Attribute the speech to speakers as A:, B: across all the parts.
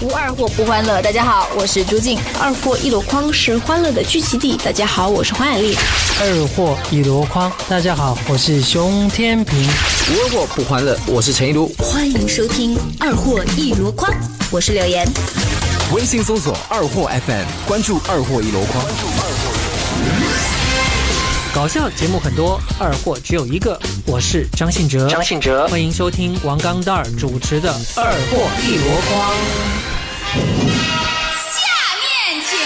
A: 无二货不欢乐。大家好，我是朱静。
B: 二货一箩筐是欢乐的聚集地。大家好，我是黄雅莉。
C: 二货一箩筐，大家好，我是熊天平。
D: 无二货不欢乐，我是陈一如。
E: 欢迎收听《二货一箩筐》，我是柳岩。
D: 微信搜索“二货 FM”，关注“二货一箩筐”。
C: 搞笑节目很多，二货只有一个。我是张信哲，
F: 张信哲，
C: 欢迎收听王刚蛋儿主持的《二货一箩筐》。
G: 下面请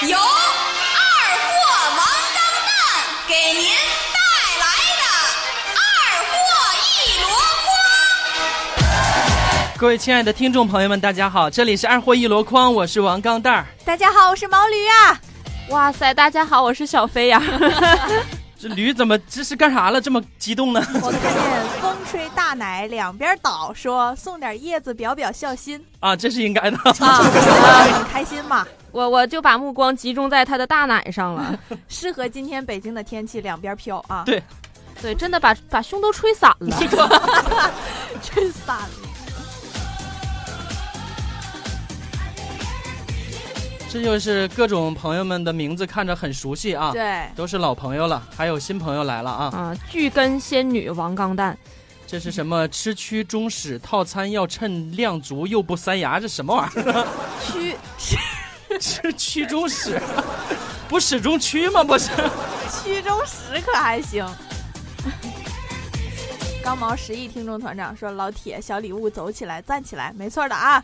G: 听由二货王刚蛋给您带来的《二货一箩筐》。
H: 各位亲爱的听众朋友们，大家好，这里是二货一箩筐，我是王钢蛋儿。
I: 大家好，我是毛驴啊！
J: 哇塞，大家好，我是小飞呀、
H: 这驴怎么这是干啥了？这么激动呢？
I: 我看见风吹大奶两边倒，说送点叶子表表孝心
H: 啊，这是应该的。
I: 啊，你开心吗？
J: 我我就把目光集中在他的大奶上 了。
I: 适合今天北京的天气，两边飘啊，
H: 对，
J: 对，真的把把胸都吹散 了。
I: 真散了。
H: 这就是各种朋友们的名字，看着很熟悉啊，
I: 对，
H: 都是老朋友了，还有新朋友来了啊。
J: 啊，巨根仙女王钢蛋，
H: 这是什么吃蛆中屎套餐要趁量足又不塞牙，这什么玩意儿？
I: 蛆
H: 吃蛆中屎， 不屎中蛆吗？不是，
I: 蛆中屎可还行。刚毛十亿听众团长说：“老铁，小礼物走起来，站起来，没错的啊。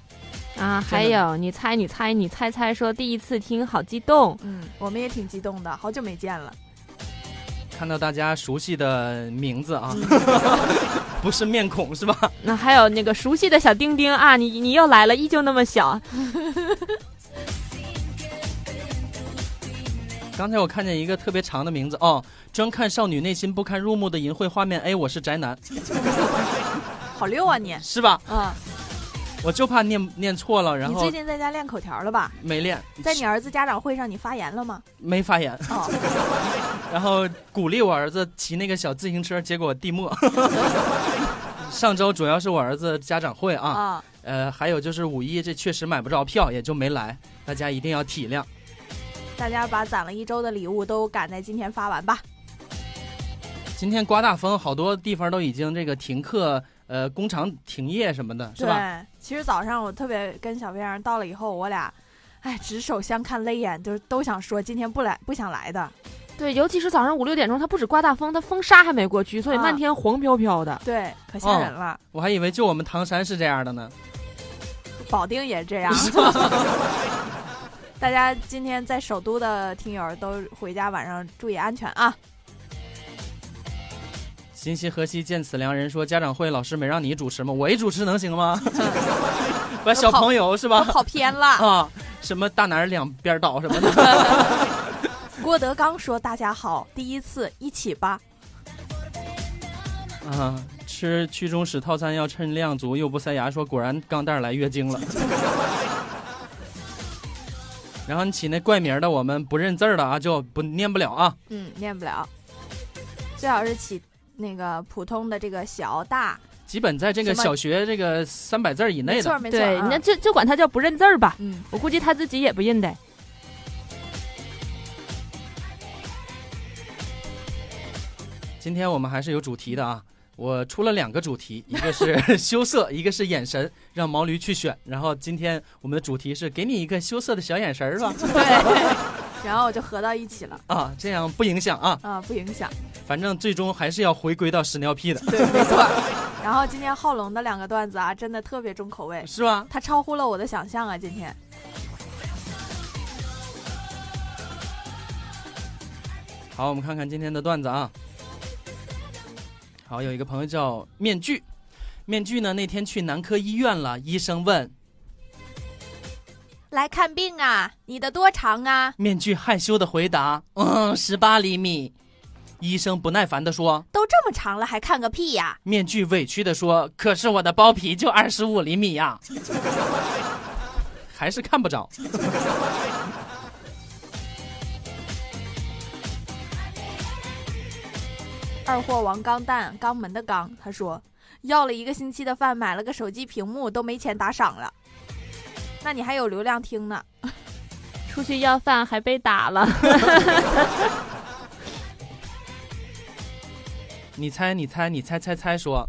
J: 啊，还有你猜你猜你猜猜说第一次听好激动”，
I: 嗯，我们也挺激动的，好久没见了。
H: 看到大家熟悉的名字啊， 不是面孔是吧？
J: 那还有那个熟悉的小丁丁啊，你你又来了，依旧那么小，
H: 刚才我看见一个特别长的名字哦，专看少女内心不堪入目的淫秽画面。哎，我是宅男，
I: 好溜啊你！
H: 是吧？
I: 啊，
H: 我就怕念念错了，然
I: 你
H: 后
I: 最近在家练口条了吧？
H: 没练，
I: 在你儿子家长会上，你发言了吗？
H: 没发言，
I: 哦，
H: 然后鼓励我儿子骑那个小自行车，结果地没。 上周主要是我儿子家长会啊，
I: 啊，
H: 呃，还有就是五一这确实买不着票，也就没来，大家一定要体谅。
I: 大家把攒了一周的礼物都赶在今天发完吧。
H: 今天刮大风，好多地方都已经这个停课，呃，工厂停业什么的，是吧？
I: 对，其实早上我特别跟小飞扬到了以后，我俩，哎，执手相看泪眼，就是都想说今天不来不想来的。
J: 对，尤其是早上五六点钟，它不止刮大风，它风沙还没过去，所以
I: 啊
J: 漫天黄飘飘的。
I: 对，可吓人了，
H: 我还以为就我们唐山是这样的呢。
I: 保定也这 样。 大家今天在首都的听友都回家晚上注意安全啊！
H: 今夕何夕见此良人说，家长会老师没让你主持吗？我一主持能行吗？ 把小朋友是
I: 都
H: 吧？
I: 跑偏了。
H: 啊，什么大男人两边倒什么的，
I: 郭德纲说：“大家好，第一次一起吧。
H: 啊，吃曲中史套餐要趁量足又不塞牙，说果然钢蛋儿来月经了。 然后你起那怪名儿的，我们不认字儿的啊，就不念不了啊。”
I: 嗯，念不了，最好是起那个普通的这个小大，
H: 基本在这个
I: 什么
H: 小学这个三百字儿以内
I: 没
H: 的
I: 错。没错。
J: 对，
I: 嗯
J: 那就就管它叫不认字儿吧，
I: 嗯，
J: 我估计他自己也不认得。
H: 今天我们还是有主题的啊，我出了两个主题，一个是 羞涩，一个是眼神，让毛驴去选。然后今天我们的主题是给你一个羞涩的小眼神儿吧，
I: 然后我就合到一起了
H: 啊，这样不影响啊，
I: 啊，不影响。
H: 反正最终还是要回归到屎尿屁的，
I: 对，没错。然后今天浩龙的两个段子啊，真的特别重口味，
H: 是吧？
I: 他超乎了我的想象啊！今天
H: 好，我们看看今天的段子啊。好，有一个朋友叫面具，面具呢那天去男科医院了，医生问
I: 来看病啊，你的多长啊？
H: 面具害羞的回答：“嗯，十八厘米。”医生不耐烦的说
I: 都这么长了还看个屁呀、：“
H: 面具委屈的说，可是我的包皮就二十五厘米呀、还是看不着。”
I: 二货王钢蛋，肛门的肛，他说要了一个星期的饭，买了个手机屏幕，都没钱打赏了。那你还有流量听呢。
J: 出去要饭还被打 了，
H: 你猜，你猜，你猜猜猜说，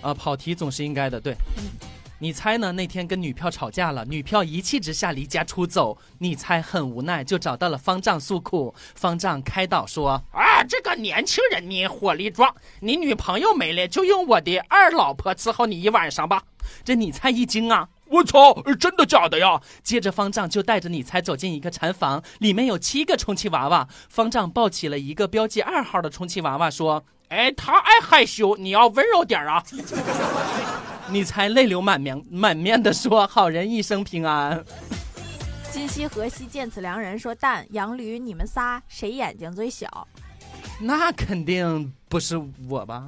H: 啊，跑题总是应该的，对。你猜呢？那天跟女票吵架了，女票一气之下离家出走。你猜很无奈，就找到了方丈诉苦。方丈开导说：“啊，这个年轻人你火力壮，你女朋友没了，就用我的二老婆伺候你一晚上吧。”这你猜一惊啊！我操，真的假的呀？接着方丈就带着你猜走进一个禅房，里面有七个充气娃娃。方丈抱起了一个标记二号的充气娃娃，说：“哎，他爱害羞，你要温柔点啊。” 你猜泪流满面满面的说：“好人一生平安。
I: 今夕何夕，见此良人。说蛋杨驴，你们仨谁眼睛最小？”
H: 那肯定不是我吧？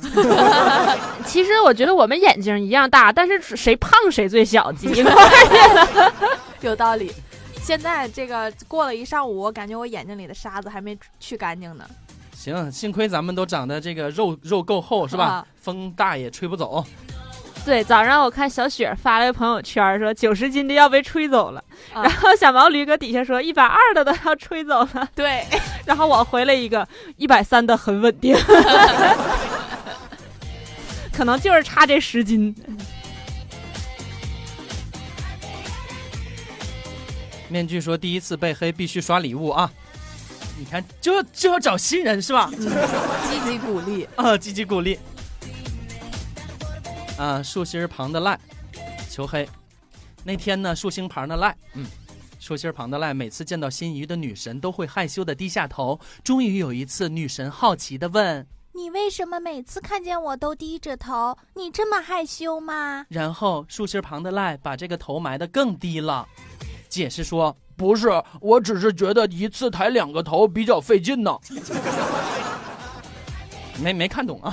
J: 其实我觉得我们眼睛一样大，但是谁胖谁最小， 奇怪。
I: 有道理。现在这个过了一上午，我感觉我眼睛里的沙子还没去干净呢。
H: 行，幸亏咱们都长得这个肉肉够厚是吧？
I: 啊
H: 风大也吹不走。
J: 对，早上我看小雪发了个朋友圈说九十斤的要被吹走了，
I: 啊
J: 然后小毛驴搁底下说一百二的都要吹走了，
I: 对，
J: 然后我回了一个一百三的很稳 定，可能就是差这十斤。
H: 面具说第一次被黑必须刷礼物啊！你看，就要就要找新人是吧？
I: 积极鼓励。
H: 啊，积极鼓励。啊，树心儿旁的赖，求黑。那天呢，树星旁的赖，嗯，树心儿旁的赖，每次见到心仪的女神都会害羞的低下头。终于有一次，女神好奇的问，
G: 你为什么每次看见我都低着头？你这么害羞吗？
H: 然后树心儿旁的赖把这个头埋得更低了，解释说。不是，我只是觉得一次抬两个头比较费劲呢。 没没看懂啊？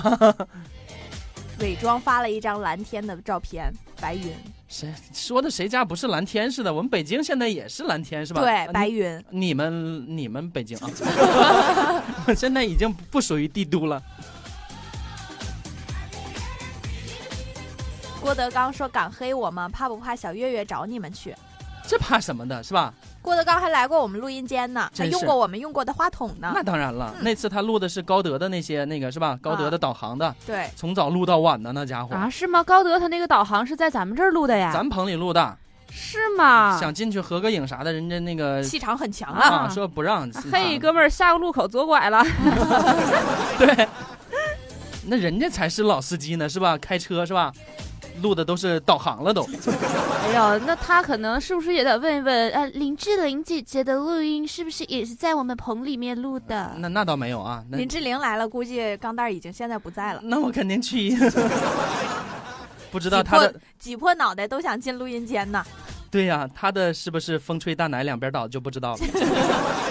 I: 伪装发了一张蓝天的照片，白云，
H: 谁说的？谁家不是蓝天似的？我们北京现在也是蓝天是吧？
I: 对
H: 啊，
I: 白云。
H: 你们你们北京啊， 我现在已经不属于帝都了。
I: 郭德纲说：“敢黑我吗？怕不怕小月月找你们去
H: 这怕什么的，是吧？？”
I: 郭德纲还来过我们录音间呢，还
H: 真是
I: 用过我们用过的话筒呢
H: 那。当然了，
I: 嗯
H: 那次他录的是高德的那些那个是吧？高
I: 啊
H: 德的导航的，
I: 对，
H: 从早录到晚的那家伙，
J: 啊，是吗？高德他那个导航是在咱们这儿录的呀？
H: 咱棚里录的，
J: 是吗？
H: 想进去合个影啥的，人家那个
I: 啊气场很强啊。
H: 啊说不让。
J: 嘿，哥们儿，下个路口左 拐了。
H: 对，那人家才是老司机呢，是吧？开车是吧？录的都是导航了都。
J: 哎呦，那他可能是不是也得问一问？呃，林志玲姐姐的录音是不是也是在我们棚里面录的？
H: 那那倒没有啊，那
I: 林志玲来了，估计钢蛋儿已经现在不在了，
H: 那我肯定去 一。不知道
I: 挤
H: 他
I: 破
H: 的
I: 挤破脑袋都想进录音间呢。
H: 对呀、他的是不是风吹大奶两边倒就不知道了。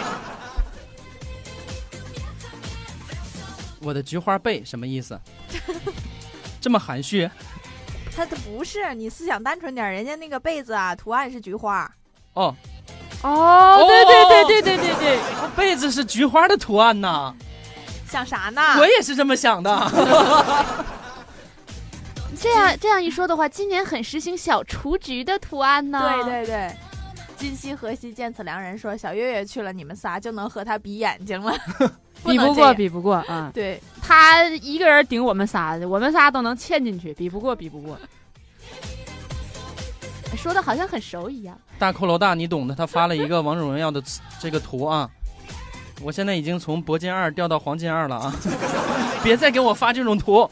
H: 我的菊花被什么意思？ 这么含蓄？
I: 他他不是，你思想单纯点儿，人家那个被子啊，图案是菊花，
H: 哦，
J: 哦，对对对对对对对，
H: 啊被子是菊花的图案呐，
I: 想啥呢？
H: 我也是这么想的。
J: 这样这样一说的话，今年很时行小雏菊的图案呢。
G: 啊
I: 对对对。今夕何夕，见此良人说。小月月去了，你们仨就能和他比眼睛了，
J: 比
I: 能这
J: 不过，
I: 样
J: 比不过啊！
I: 对，
J: 他一个人顶我们仨，我们仨都能嵌进去，比不过，比不过。说的好像很熟一样。
H: 大骷髅大，你懂的，他发了一个王者荣耀的这个图啊。我现在已经从铂金二掉到黄金二了啊！别再给我发这种图。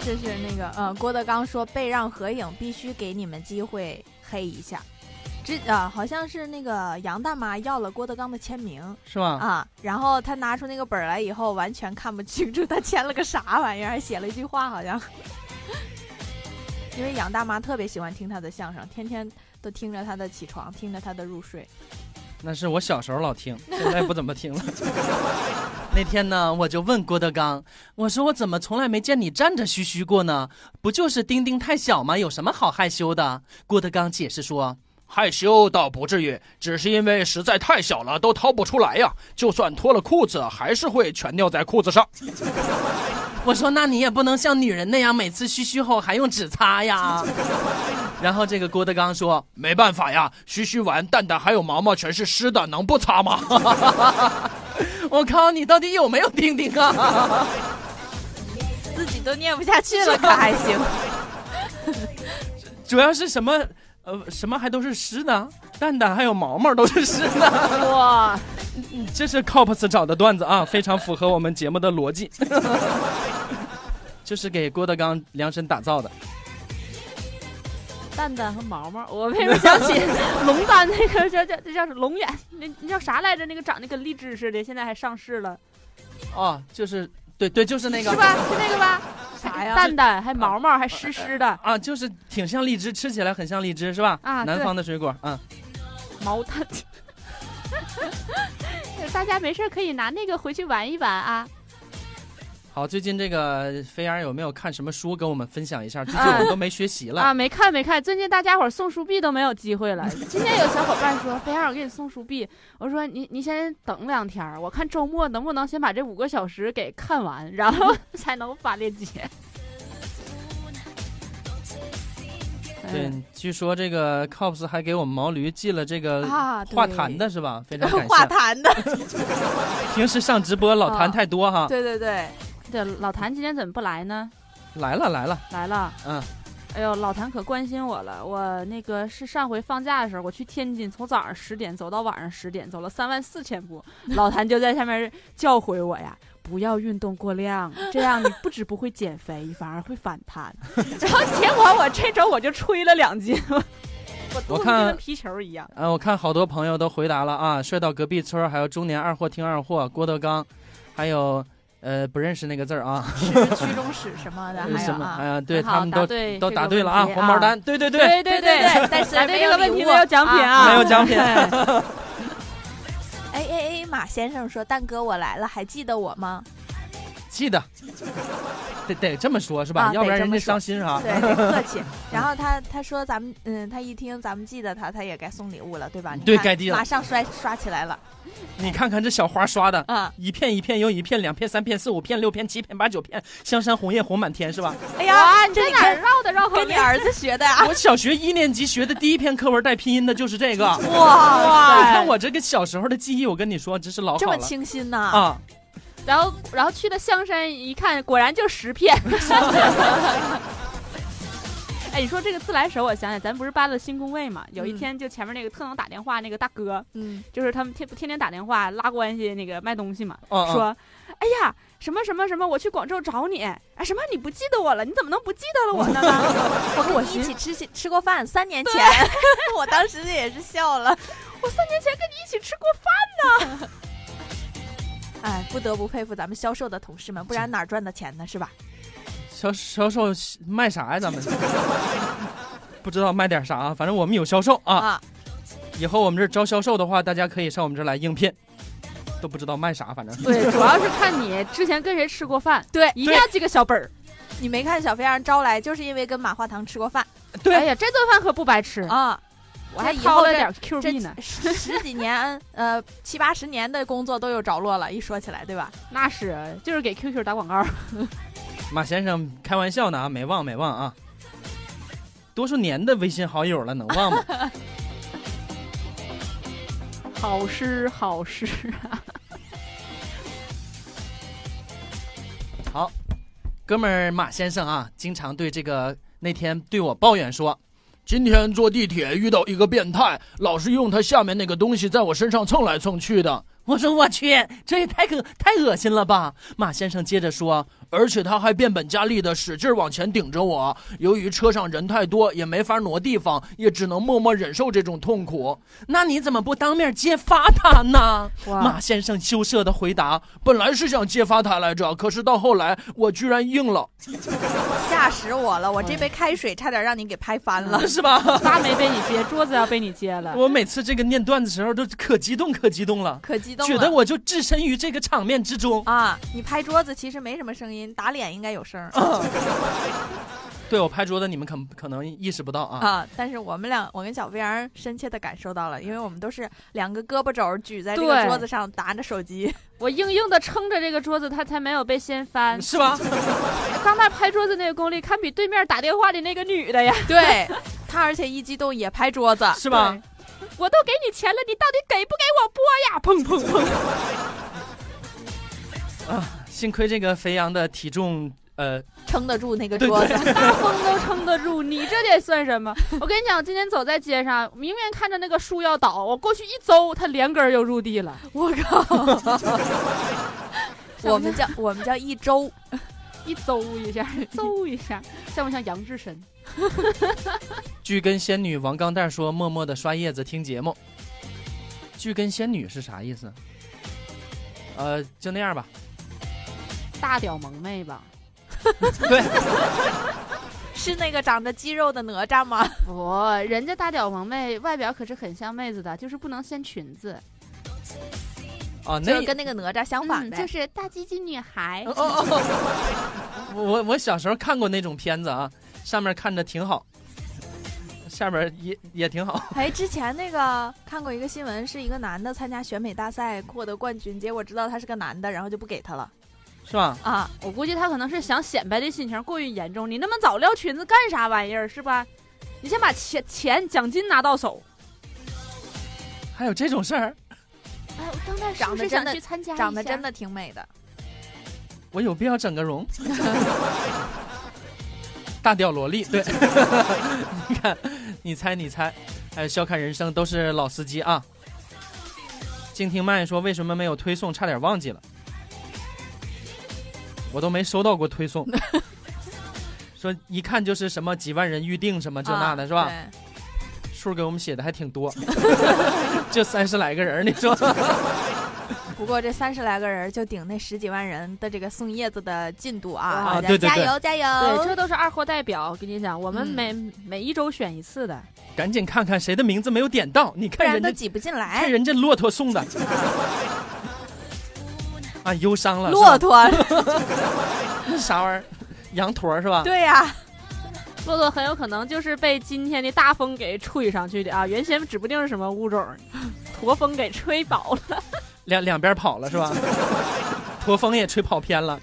I: 这是那个呃，郭德纲说被让合影必须给你们机会黑一下。这啊、好像是那个杨大妈要了郭德纲的签名
H: 是吧？
I: 啊，然后他拿出那个本儿来以后，完全看不清楚他签了个啥玩意儿，还写了一句话，好像。因为杨大妈特别喜欢听他的相声，天天都听着他的起床，听着他的入睡。
H: 那是我小时候老听，现在不怎么听了。 那天呢，我就问郭德纲，我说我怎么从来没见你站着嘘嘘过呢？不就是丁丁太小吗？有什么好害羞的？郭德纲解释说。害羞倒不至于，只是因为实在太小了，都掏不出来呀。就算脱了裤子，还是会全尿在裤子上。 我说那你也不能像女人那样，每次嘘嘘后还用纸擦呀。然后这个郭德纲说没办法呀，嘘嘘完蛋蛋还有毛毛全是湿的，能不擦吗？ 我靠，你到底有没有丁丁啊？
I: 自己都念不下去了，可还 行？
H: 主要是什么？呃，什么还都是湿的，蛋蛋还有毛毛都是湿的。
I: 哇，
H: 这是 Cops 找的段子啊，非常符合我们节目的逻 辑，就是给郭德纲量身打造的。
J: 蛋蛋和毛毛，我为什么想 起龙蛋那个叫叫这叫什么龙眼，那那叫啥来着？那个长得跟荔枝似的，现在还上市了，
H: 哦，就是对对，就是那个
J: 是吧？是那个吧？
I: 啥呀
J: 蛋蛋还毛毛还湿湿的，
H: 啊，就是挺像荔枝，吃起来很像荔枝，是吧？
J: 啊
H: 南方的水果，嗯，
J: 毛蛋。 大家没事儿可以拿那个回去玩一玩啊。
H: 好，最近这个菲儿有没有看什么书跟我们分享一下？最近我们都没学习了，
J: 啊，没看没看，最近大家伙儿送书币都没有机会 了。今天有小伙伴说：“菲儿，我给你送书币。”我说：“你你先等两天儿，我看周末能不能先把这五个小时给看完，然后 才能发链接。”
H: 对，
J: 嗯
H: 据说这个 Cops 还给我们毛驴寄了这个
I: 啊对
H: 画坛的是吧？非常 感
I: 画
H: 谢。啊
I: 坛的，
H: 平时上直播老
J: 啊
H: 谈太多哈，
I: 对对对，
J: 对，老谭今天怎么不来 呢？
H: 来了来了，
J: 来了，
H: 嗯，
J: 哎呦，老谭可关心我了。我那个是上回放假的时候，我去天津，从早上十点走到晚上十点，走了三万四千 步。老谭就在下面教诲我呀，不要运动过量， 这样你不止不会减肥，反而会反 弹。然后结果我这周我就吹了两斤，我肚子就
H: 我看
J: 跟皮球一样。
H: 嗯、我看好多朋友都回答了啊，帅到隔壁村儿，还有中年二货听二货，郭德纲，还有呃不认识那个字儿啊，
I: 是曲中史什么的， 还有
H: 什么？哎
I: 啊，
H: 呀，对
J: 很
H: 他
J: 好
H: 们
J: 答
H: 都
J: 对
H: 都
J: 这
H: 答
J: 个
H: 对
J: 问
H: 了啊，
J: 题
H: 黄毛
J: 啊
H: 丹，对对对，
J: 对对
I: 对对但是
J: 答对这
I: 没
J: 个
I: 有
J: 问题
I: 礼物
J: 没有奖品啊，
H: 没有奖品。
I: 哎哎哎，马先生说：“蛋哥，我来了，还记得我吗
H: 记得，得得这么说，是吧？
I: 啊
H: 要不
I: 得这
H: 然人
I: 么
H: 家
I: 说
H: 伤心？”啥？
I: 对， 得客气。然后他他说：“咱们嗯，他一听咱们记得他，他也该送礼物了，对吧？你
H: 对
I: 看
H: 该地了
I: 马上刷刷起来了
H: 你看看这小花刷的，
I: 啊！
H: 一片一片又一片，两片三片四五片六片七片八九片，香山红叶红满天，是吧？
I: 哎
J: 哇，
I: 呀，
J: 你
I: 这
J: 在
I: 你
J: 哪儿啊
I: 跟
J: 绕的绕口
I: 跟你
J: 令？
I: 儿子学的呀？
H: 我小学一年级学的第一篇课文带拼音的就是这个。你
I: 哇，
H: 看我这个小时候的记忆，我跟你说，真是老
I: 哎这
H: 好
I: 么
H: 了
I: 清新呐！
H: 啊！
J: 然后然后去了香山一看，果然就十片。 哎，你说这个自来熟，我想想，咱不是搬了新工位嘛？ 有一
I: 嗯
J: 天就前面那个特能打电话那个大哥，
I: 嗯，
J: 就是他们天天天打电话拉关系那个卖东西嘛，
H: 嗯嗯
J: 说，哎呀什么什么什么，我去广州找你，哎什么你不记得我了？你怎么能不记得 了我呢呢？
I: 我跟你一起吃起吃过饭，三年前， 我当时也是笑了。
J: 我三年前跟你一起吃过饭。
I: 哎，不得不佩服咱们销售的同事们，不然哪儿赚的钱呢？是吧？
H: 销销售卖啥呀？咱们 不知道卖点啥，反正我们有销售啊。
I: 啊，
H: 以后我们这儿招销售的话，大家可以上我们这儿来应聘，都不知道卖啥，反正。
J: 对，主要是看你之前跟谁吃过饭，
I: 对
J: 一定要记个小本儿。
I: 你没看小飞让招来，就是因为跟马化腾吃过饭
H: 对
J: 哎呀，这顿饭可不白吃，
I: 啊。
J: 我还
I: 那以
J: 掏
I: 后
J: 了
I: 这
J: 点 Q
I: 这
J: 币呢。
I: 十十几年，呃，七八十年的工作都有着落了。一说起来，对吧？
J: 那是，就是给 QQ 打广告。
H: 马先生开玩笑呢啊，没忘没忘啊，多少年的微信好友了，能忘吗？
J: 好诗，好 诗啊！
H: 哥们儿马先生啊，经常对这个那天对我抱怨说，今天坐地铁遇到一个变态，老是用他下面那个东西在我身上蹭来蹭去的。我说我去，这也太可太恶心了吧！马先生接着说，而且他还变本加厉的使劲往前顶着我。由于车上人太多，也没法挪地方，也只能默默忍受这种痛苦。那你怎么不当面揭发他呢？马
J: 哇，
H: 先生羞涩的回答：“本来是想揭发他来着，可是到后来我居然应了，
I: 吓死我了！我这杯开水差点让你给拍翻了。
H: 是吧？
J: 发没被你接，桌子要被你接了。
H: 我每次这个念段子时候都可激动，可激动了，
I: 可激动了，
H: 觉得我就置身于这个场面之中。
I: 啊啊，你拍桌子其实没什么声音，打脸应该有声儿。
H: 对我拍桌子，你们可可能意识不到啊。
I: 啊！但是我们俩，我跟小飞儿深切的感受到了，因为我们都是两个胳膊肘举在这个
J: 对
I: 桌子上，打着手机。
J: 我硬硬的撑着这个桌子，他才没有被掀翻。
H: 是吧？
J: 刚才拍桌子那个功力，堪比对面打电话的那个女的呀！
I: 对，他而且一激动也拍桌子，
H: 是吧？
J: 我都给你钱了，你到底给不给我播呀？砰砰砰！
H: 幸亏这个肥羊的体重，呃，
I: 撑得住那个
H: 对
I: 桌子。
J: 大风 都撑得住，你这得算什么？我跟你讲，今天走在街上，明明看着那个树要倒，我过去一走，它连根儿就入地了。
I: 我 靠！我们叫我们叫一周，
J: 一搜一下，搜一下，像不像杨志深？
H: 剧跟仙女王钢蛋说默默的刷叶子听节目。剧跟仙女是啥意思？呃，就那样吧。
J: 大屌萌妹吧？
H: 对，
I: 是那个长着肌肉的哪吒吗？
J: 不，人家大屌萌妹外表可是很像妹子的，就是不能掀裙子，
H: 啊，
I: 就
H: 那
I: 是跟那个哪吒相反
J: 嗯，
I: 的，
J: 就是大鸡鸡女孩。
H: 哦哦哦， 我我小时候看过那种片子啊，上面看着挺好，下边也也挺好。
I: 哎，之前那个看过一个新闻，是一个男的参加选美大赛获得冠军，结果知道他是个男的，然后就不给他了
H: 是吧？
I: 啊。
J: 我估计她可能是想显摆的心情过于严重，你那么早撩裙子干啥玩意儿是吧？你先把钱钱奖金拿到手。
H: 还有这种事儿，
J: 哎，我当代
I: 是不是想去
J: 参加
I: 长得真的挺美 的，
H: 我有必要整个 容？大屌萝莉，对， 你看，你猜，你猜，还有笑看人生都是老司机啊。静听麦说为什么没有推送，差点忘记了，我都没收到过 推送。说一看就是什么几万人预定什么这那的、
I: 啊
H: 是吧？
I: 对
H: 数给我们写的还挺 多， 就三十来个人儿，你说
I: 不过这三十来个人就顶那十几万人的这个送叶子的进度啊，
H: 啊
I: 大家
H: 对对
I: 加
H: 对
I: 油加油！
J: 对，这都是二货代表。我跟你讲，我们
I: 嗯
J: 每、每一周选一次的。
H: 赶紧看看谁的名字没有点到，你
I: 不
H: 看
I: 然
H: 人
I: 都
H: 家
I: 挤不进
H: 看
I: 来。
H: 哎人家骆驼送的， 啊，忧伤了，
I: 骆驼，
H: 是吧啥玩意儿？羊驼儿是吧？
I: 对呀、
J: 骆驼很有可能就是被今天的大风给吹上去的啊！原先指不定是什么物种，驼峰给吹饱了。
H: 两两边跑了是吧？ 驼峰也吹跑偏了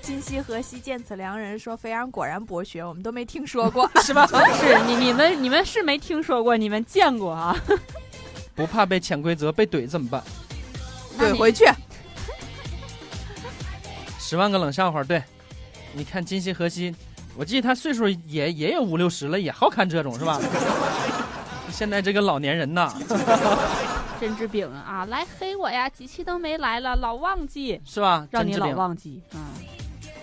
I: 今夕何夕，见此良人。说肥羊果然博学，我们都没听 说过。
H: 是 吧？
J: 是你你们你们是没听说过，你们见过啊？
H: 不怕被潜规则被怼怎么办？
I: 怼回去，
H: 十万个冷笑话，对，你看今夕何夕，我记得他岁数也也有五六十了，也好看这种是吧？ 现在这个老年人呐，
J: 针织饼啊，来黑我呀！几期都没来了，老忘记，
H: 是吧？
J: 让你
H: 甄志
J: 老
H: 玲
J: 忘记啊！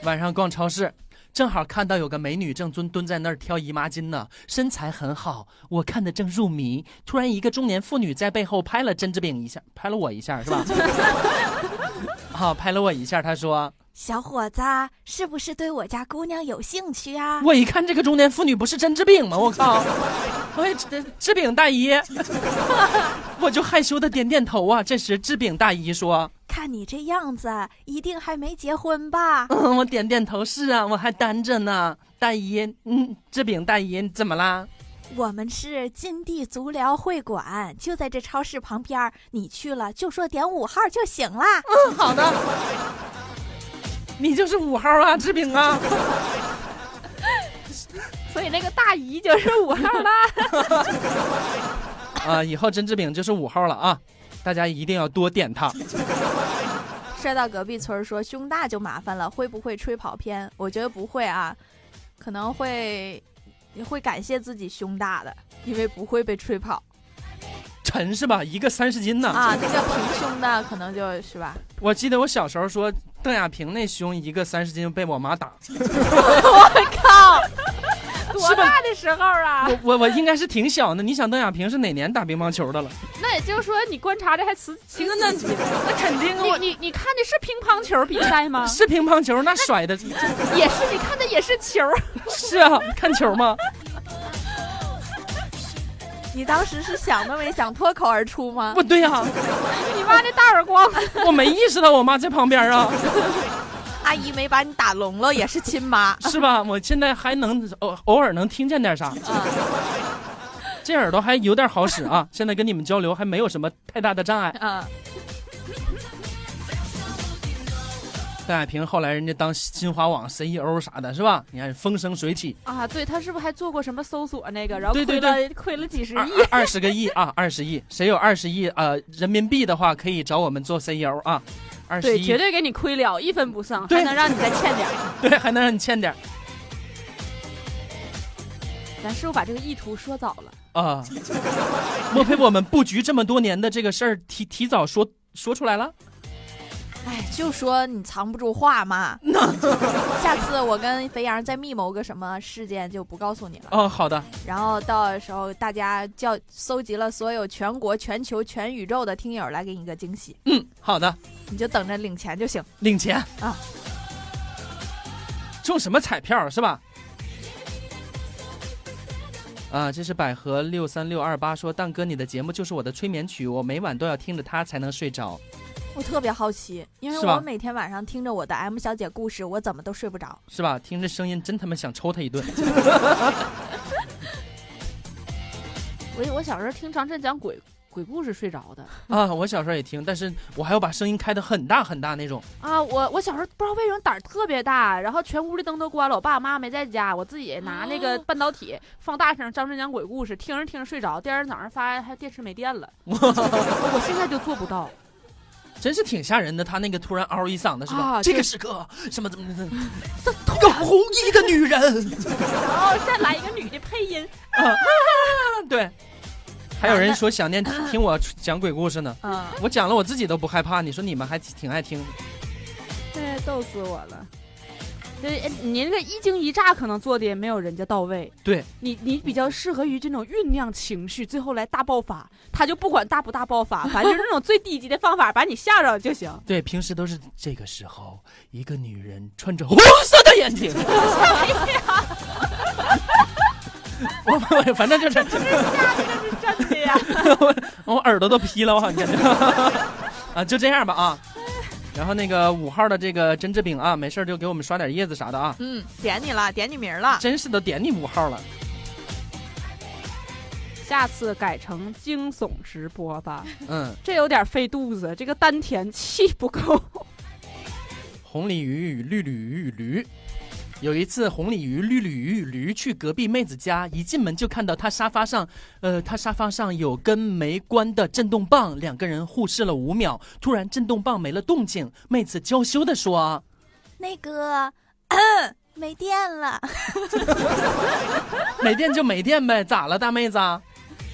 H: 晚上逛超市，正好看到有个美女正蹲蹲在那儿挑姨妈巾呢，身材很好，我看得正入迷。突然，一个中年妇女在背后拍了甄志饼一下，拍了我一下是吧？ 啊，拍了我一下，她说
G: 小伙子，是不是对我家姑娘有兴趣啊？
H: 我一看这个中年妇女不是甄志饼吗？我靠！哎，这志饼大姨， 我就害羞的点点头啊。这时，志饼大姨说
G: 看你这样子，一定还没结婚吧：“？
H: 嗯， 我点点头，是啊，我还单着呢。”大姨，嗯，志饼大姨你怎么啦？
G: 我们是金地足疗会馆，就在这超市旁边儿，你去了就说点五号就行啦。
H: 好的，你就是五号啊，志平啊，
J: 所以那个大姨 就是五号啦。
H: 啊，以后甄志平就是五号了啊，大家一定要多点他。
I: 摔到隔壁村儿说胸大就麻烦了，会不会吹跑偏？我觉得不会啊，可能会会感谢自己胸大的，因为不会被吹跑
H: 沉是吧？一个三十斤呢。
I: 啊。那个平胸的可能就是吧，
H: 我记得我小时候说邓亚萍那胸一个三十斤被我妈打，
J: 多大的时候啊？
H: 我我我应该是挺小的。你想邓亚萍是哪年打乒乓球的了？
J: 那也就是说，你观察的还挺挺仔细。
H: 那肯定啊
J: 你你你看的是乒乓球比赛吗
H: 我？是乒乓球，那甩的
J: 也是，你看的也是球。
H: 是啊，看球吗？
I: 你当时是想都没想，脱口而出吗？
H: 不对呀、啊，
J: 你妈那大耳光，
H: 我没意识到我妈在旁边啊。
I: 阿姨没把你打聋了，也是亲妈。
H: 是 吧？我现在还能偶偶尔能听见点啥，
J: 嗯
H: 这耳朵还有点好使 啊。现在跟你们交流还没有什么太大的障碍。
I: 嗯，
H: 邓亚萍后来人家当新华网 CEO 啥的，是吧？你看风生水起，
J: 啊，对他是不是还做过什么搜索那个，然后
H: 对
J: 亏
H: 对
J: 了亏了几十
H: 二
J: 亿？
H: 二十个亿啊，二十亿，谁有二十亿呃人民币的话，可以找我们做 CEO 啊，二十
J: 对，
H: 亿
J: 绝对给你亏了，一分不剩，
H: 对
J: 还能让你再欠点儿。
H: 对还能让你欠点
J: 咱是不是把这个意图说早了？
H: 儿啊。莫非我们布局这么多年的这个事儿提提早说说出来了？
I: 哎，就说你藏不住话嘛。下次我跟肥羊再密谋个什么事件，就不告诉你了。
H: 哦，好的，
I: 然后到时候大家叫搜集了所有全国、全球、全宇宙的听友来给你一个惊 喜，
H: 嗯，好的，
I: 你就等着领钱就行。
H: 领钱
I: 啊。
H: 中什么彩票是吧？啊，这是百合六三六二八说，蛋哥，你的节目就是我的催眠曲，我每晚都要听着它才能睡着。
I: 我特别好奇，因为
H: 是吧
I: 我每天晚上听着我的 M 小姐故事，我怎么都睡不着。
H: 是吧？听这声音，真他妈想抽他一顿。
J: 我我小时候听长振讲鬼鬼故事睡着的
H: 啊！我小时候也听，但是我还要把声音开得很大很大那种。
J: 啊，我我小时候不知道为什么胆儿特别大，然后全屋的灯都关了，我爸妈没在家，我自己拿那个半导体放大声张震讲鬼故事，听着听着睡着，第二天早上发现还电池没电 了，我现在就做不到。
H: 真是挺吓人的，他那个突然嗷一嗓子是吧？
J: 啊
H: 这个
J: 对
H: 时刻，什么怎么怎么，有红衣的女人，
J: 然后再来一个女的配音，
H: 对。还有人说想念听我讲鬼故事呢，
I: 嗯，
H: 我讲了我自己都不害怕，你说你们还挺爱听。
J: 哎，逗死我了。对，哎你那个一惊一乍可能做的也没有人家到位。
H: 对
J: 你，你比较适合于这种酝酿情绪，最后来大爆发。他就不管大不大爆发，反正就是那种最低级的方法把你吓着就行。
H: 对，平时都是这个时候，一个女人穿着红色的眼睛。我 我反正就是
J: 真的呀？
H: 我 我耳朵都劈了，我好像感觉。啊，就这样吧啊。然后那个五号的这个真治饼啊，没事儿就给我们刷点叶子啥的啊。
I: 嗯，点你了，点你名儿了。
H: 真是的，点你五号了。
J: 下次改成惊悚直播吧，
H: 嗯，
J: 这有点费肚子，这个丹田气不够。
H: 红鲤鱼与绿鲤鱼与驴。有一次，红鲤鱼、绿鲤鱼与驴去隔壁妹子家，一进门就看到她沙发上，呃，她沙发上有根没关的震动棒，两个人互视了五秒，突然震动棒没了动静，妹子娇羞地说
G: 那 个没电了，：“
H: 没电就没电呗，咋了，大妹子啊？”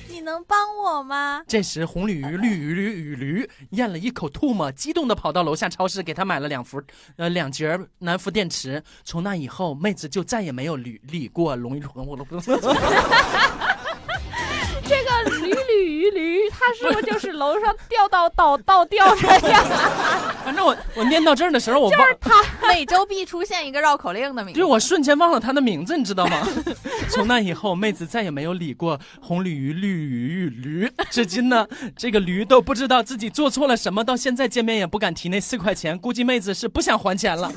G: 你能帮我吗？
H: 这时，红鲤鱼、绿鱼、驴与驴咽了一口吐沫，激动地跑到楼下超市，给他买了两幅，呃，两节儿南孚电池。从那以后，妹子就再也没有理理过龙龙龙。
J: 这个驴驴 驴驴，他是不是就是楼上掉到倒倒掉的 呀？
H: 反正我我念到这儿的时候，我忘，
I: 每周必出现一个绕口令的名字
H: 对。我瞬间忘了他的名字，你知道吗？ 从那以后，妹子再也没有理过红鲤鱼、绿鱼与驴。至今呢，这个驴都不知道自己做错了什么，到现在见面也不敢提那四块钱，估计妹子是不想还钱了。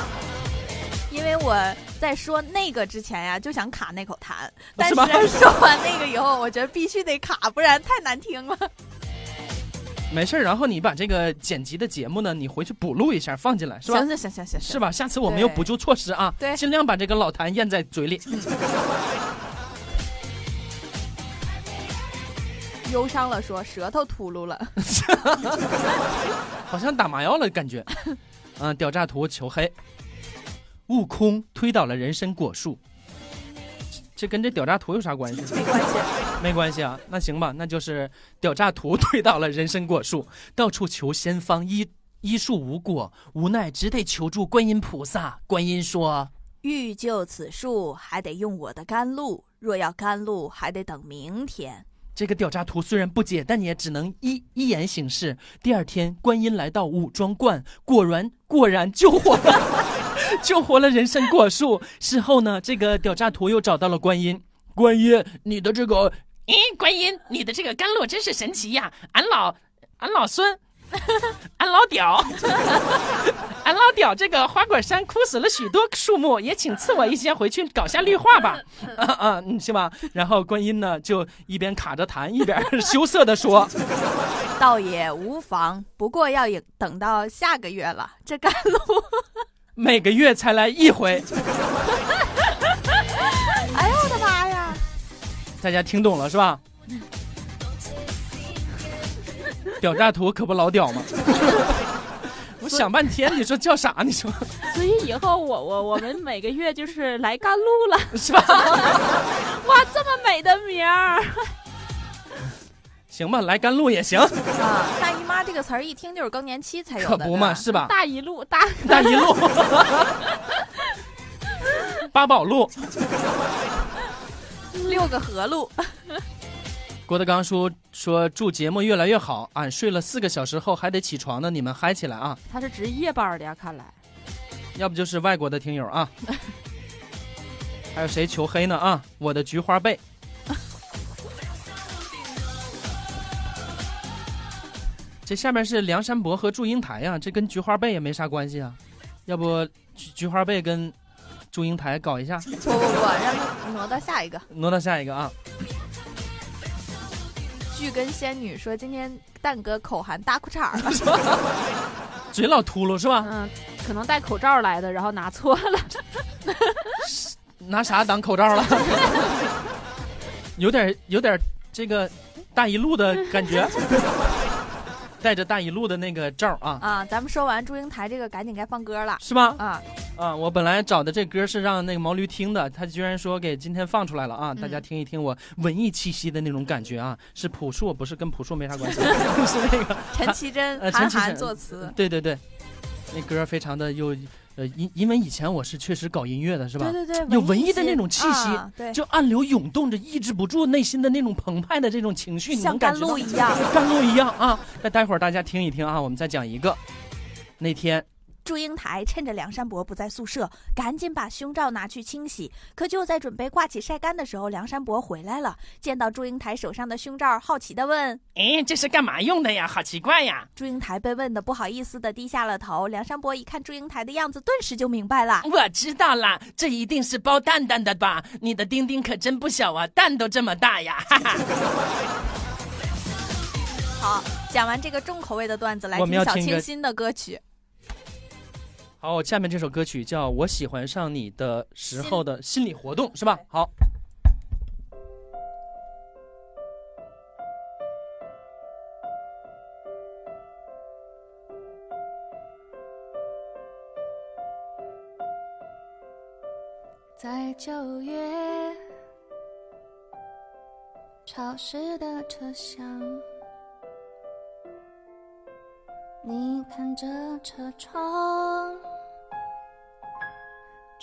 I: 因为我在说那个之前呀，就想卡那口痰，但
H: 是
I: 哦是
H: 吧
I: 说完那个以后，我觉得必须得卡，不然太难听了。
H: 没事儿，然后你把这个剪辑的节目呢，你回去补录一下，放进来是吧
I: 行？行行行行，
H: 是吧？下次我们有补救措施啊，
I: 对
H: 尽量把这个老痰咽在嘴 里。
I: 忧伤了说舌头秃噜了，
H: 好像打麻药了感觉。嗯，屌炸图求黑。悟空推倒了人参果树，这跟这屌炸图有啥关系？没关系，没关系啊。那行吧，那就是屌炸图推倒了人参果树，到处求仙方医医术无果，无奈只得求助观音菩萨。观音说
G: 欲救此树，还得用我的甘露。若要甘露，还得等明天。：“
H: 这个屌炸图虽然不解，但也只能一一言行事。”第二天，观音来到武装观，果然果然救活了。 救活了人参果树。事后呢，这个屌炸图又找到了观音。观音，你的这个，咦，观音，你的这个甘露真是 神奇呀！俺老，俺老孙，俺老屌，俺俺老屌这个花果山枯死了许多树木，也请赐我一些回去搞下绿化吧。啊啊，嗯，行吧。然后观音呢，就一边卡着痰，一边 羞涩的说
I: 倒也无妨，不过要也等到下个月了，这甘露，：“
H: 每个月才来一回。
I: 哎呦我的妈呀！”
H: 大家听懂了是吧？屌炸图可不老屌 吗？我想半天，你说叫啥？你说
G: 所以以后我我我们每个月就是来甘露了，
H: 是吧？
G: 哇，这么美的名儿，
H: 行吧，来甘露也行，
I: 啊，大姨妈这个词儿一听就是更年期才有
H: 可
I: 的，
H: 不嘛，是吧？
G: 大一路大
H: 大一 路，八宝路。
I: 六个河路，
H: 郭德纲说说祝节目越来越好，俺睡了四个小时后还得起床呢，你们嗨起来啊！
G: 他是值夜班的呀，看来
H: 要不就是外国的听友啊， 还有谁求黑呢啊？我的菊花被。这下面是梁山伯和祝英台啊，这跟菊花被也没啥关系啊，要不菊菊花被跟祝英台搞一下，
I: 不不不，让他挪到下一个。
H: 挪到下一个啊。
I: 剧跟仙女说今天蛋哥口含大裤衩儿 了，
H: 嘴老秃噜是吧？
G: 嗯，可能戴口罩来的，然后拿错了，
H: 拿啥当口罩了？有点有点这个大一路的感觉，带着大一路的那个罩啊，
I: 啊，咱们说完祝英台这个，赶紧该放歌了
H: 是吗？
I: 啊！
H: 啊，我本来找的这歌是让那个毛驴听的，他居然说给今天放出来了啊！大家听一听我文艺气息的那种感觉啊，是朴树，不是跟朴树没啥关 系，是那个
I: 陈绮贞、
H: 呃
I: 韩
H: 陈绮贞
I: 寒作词，
H: 对对对，那歌非常的又呃，因因为以前我是确实搞音乐的是吧？
I: 对对对，
H: 有文艺的那种气息
I: 啊对，
H: 就暗流涌动着，抑制不住内心的那种澎湃的这种情绪，你
I: 像
H: 能感
I: 甘
H: 觉到
I: 露一样。
H: 甘露一样啊！那待会儿大家听一听啊，我们再讲一个。那天
K: 祝英台趁着梁山伯不在宿舍，赶紧把胸罩拿去清洗。可就在准备挂起晒干的时候，梁山伯回来了，见到祝英台手上的胸罩，好奇地问
H: 哎，这是干嘛用的呀？好奇怪呀！
K: 祝英台被问的不好意思的低下了头。梁山伯一看祝英台的样子，顿时就明白了。
H: 我知道啦，这一定是包蛋蛋的吧？你的丁丁可真不小啊，蛋都这么大呀！哈哈。
I: 好，讲完这个重口味的段子，来
H: 我们要
I: 听小
H: 听一
I: 清
H: 个
I: 新的歌曲。
H: 好，下面这首歌曲叫《我喜欢上你的时候的心理活动》，是吧？好。
L: 在九月潮湿的车厢，你看着车窗，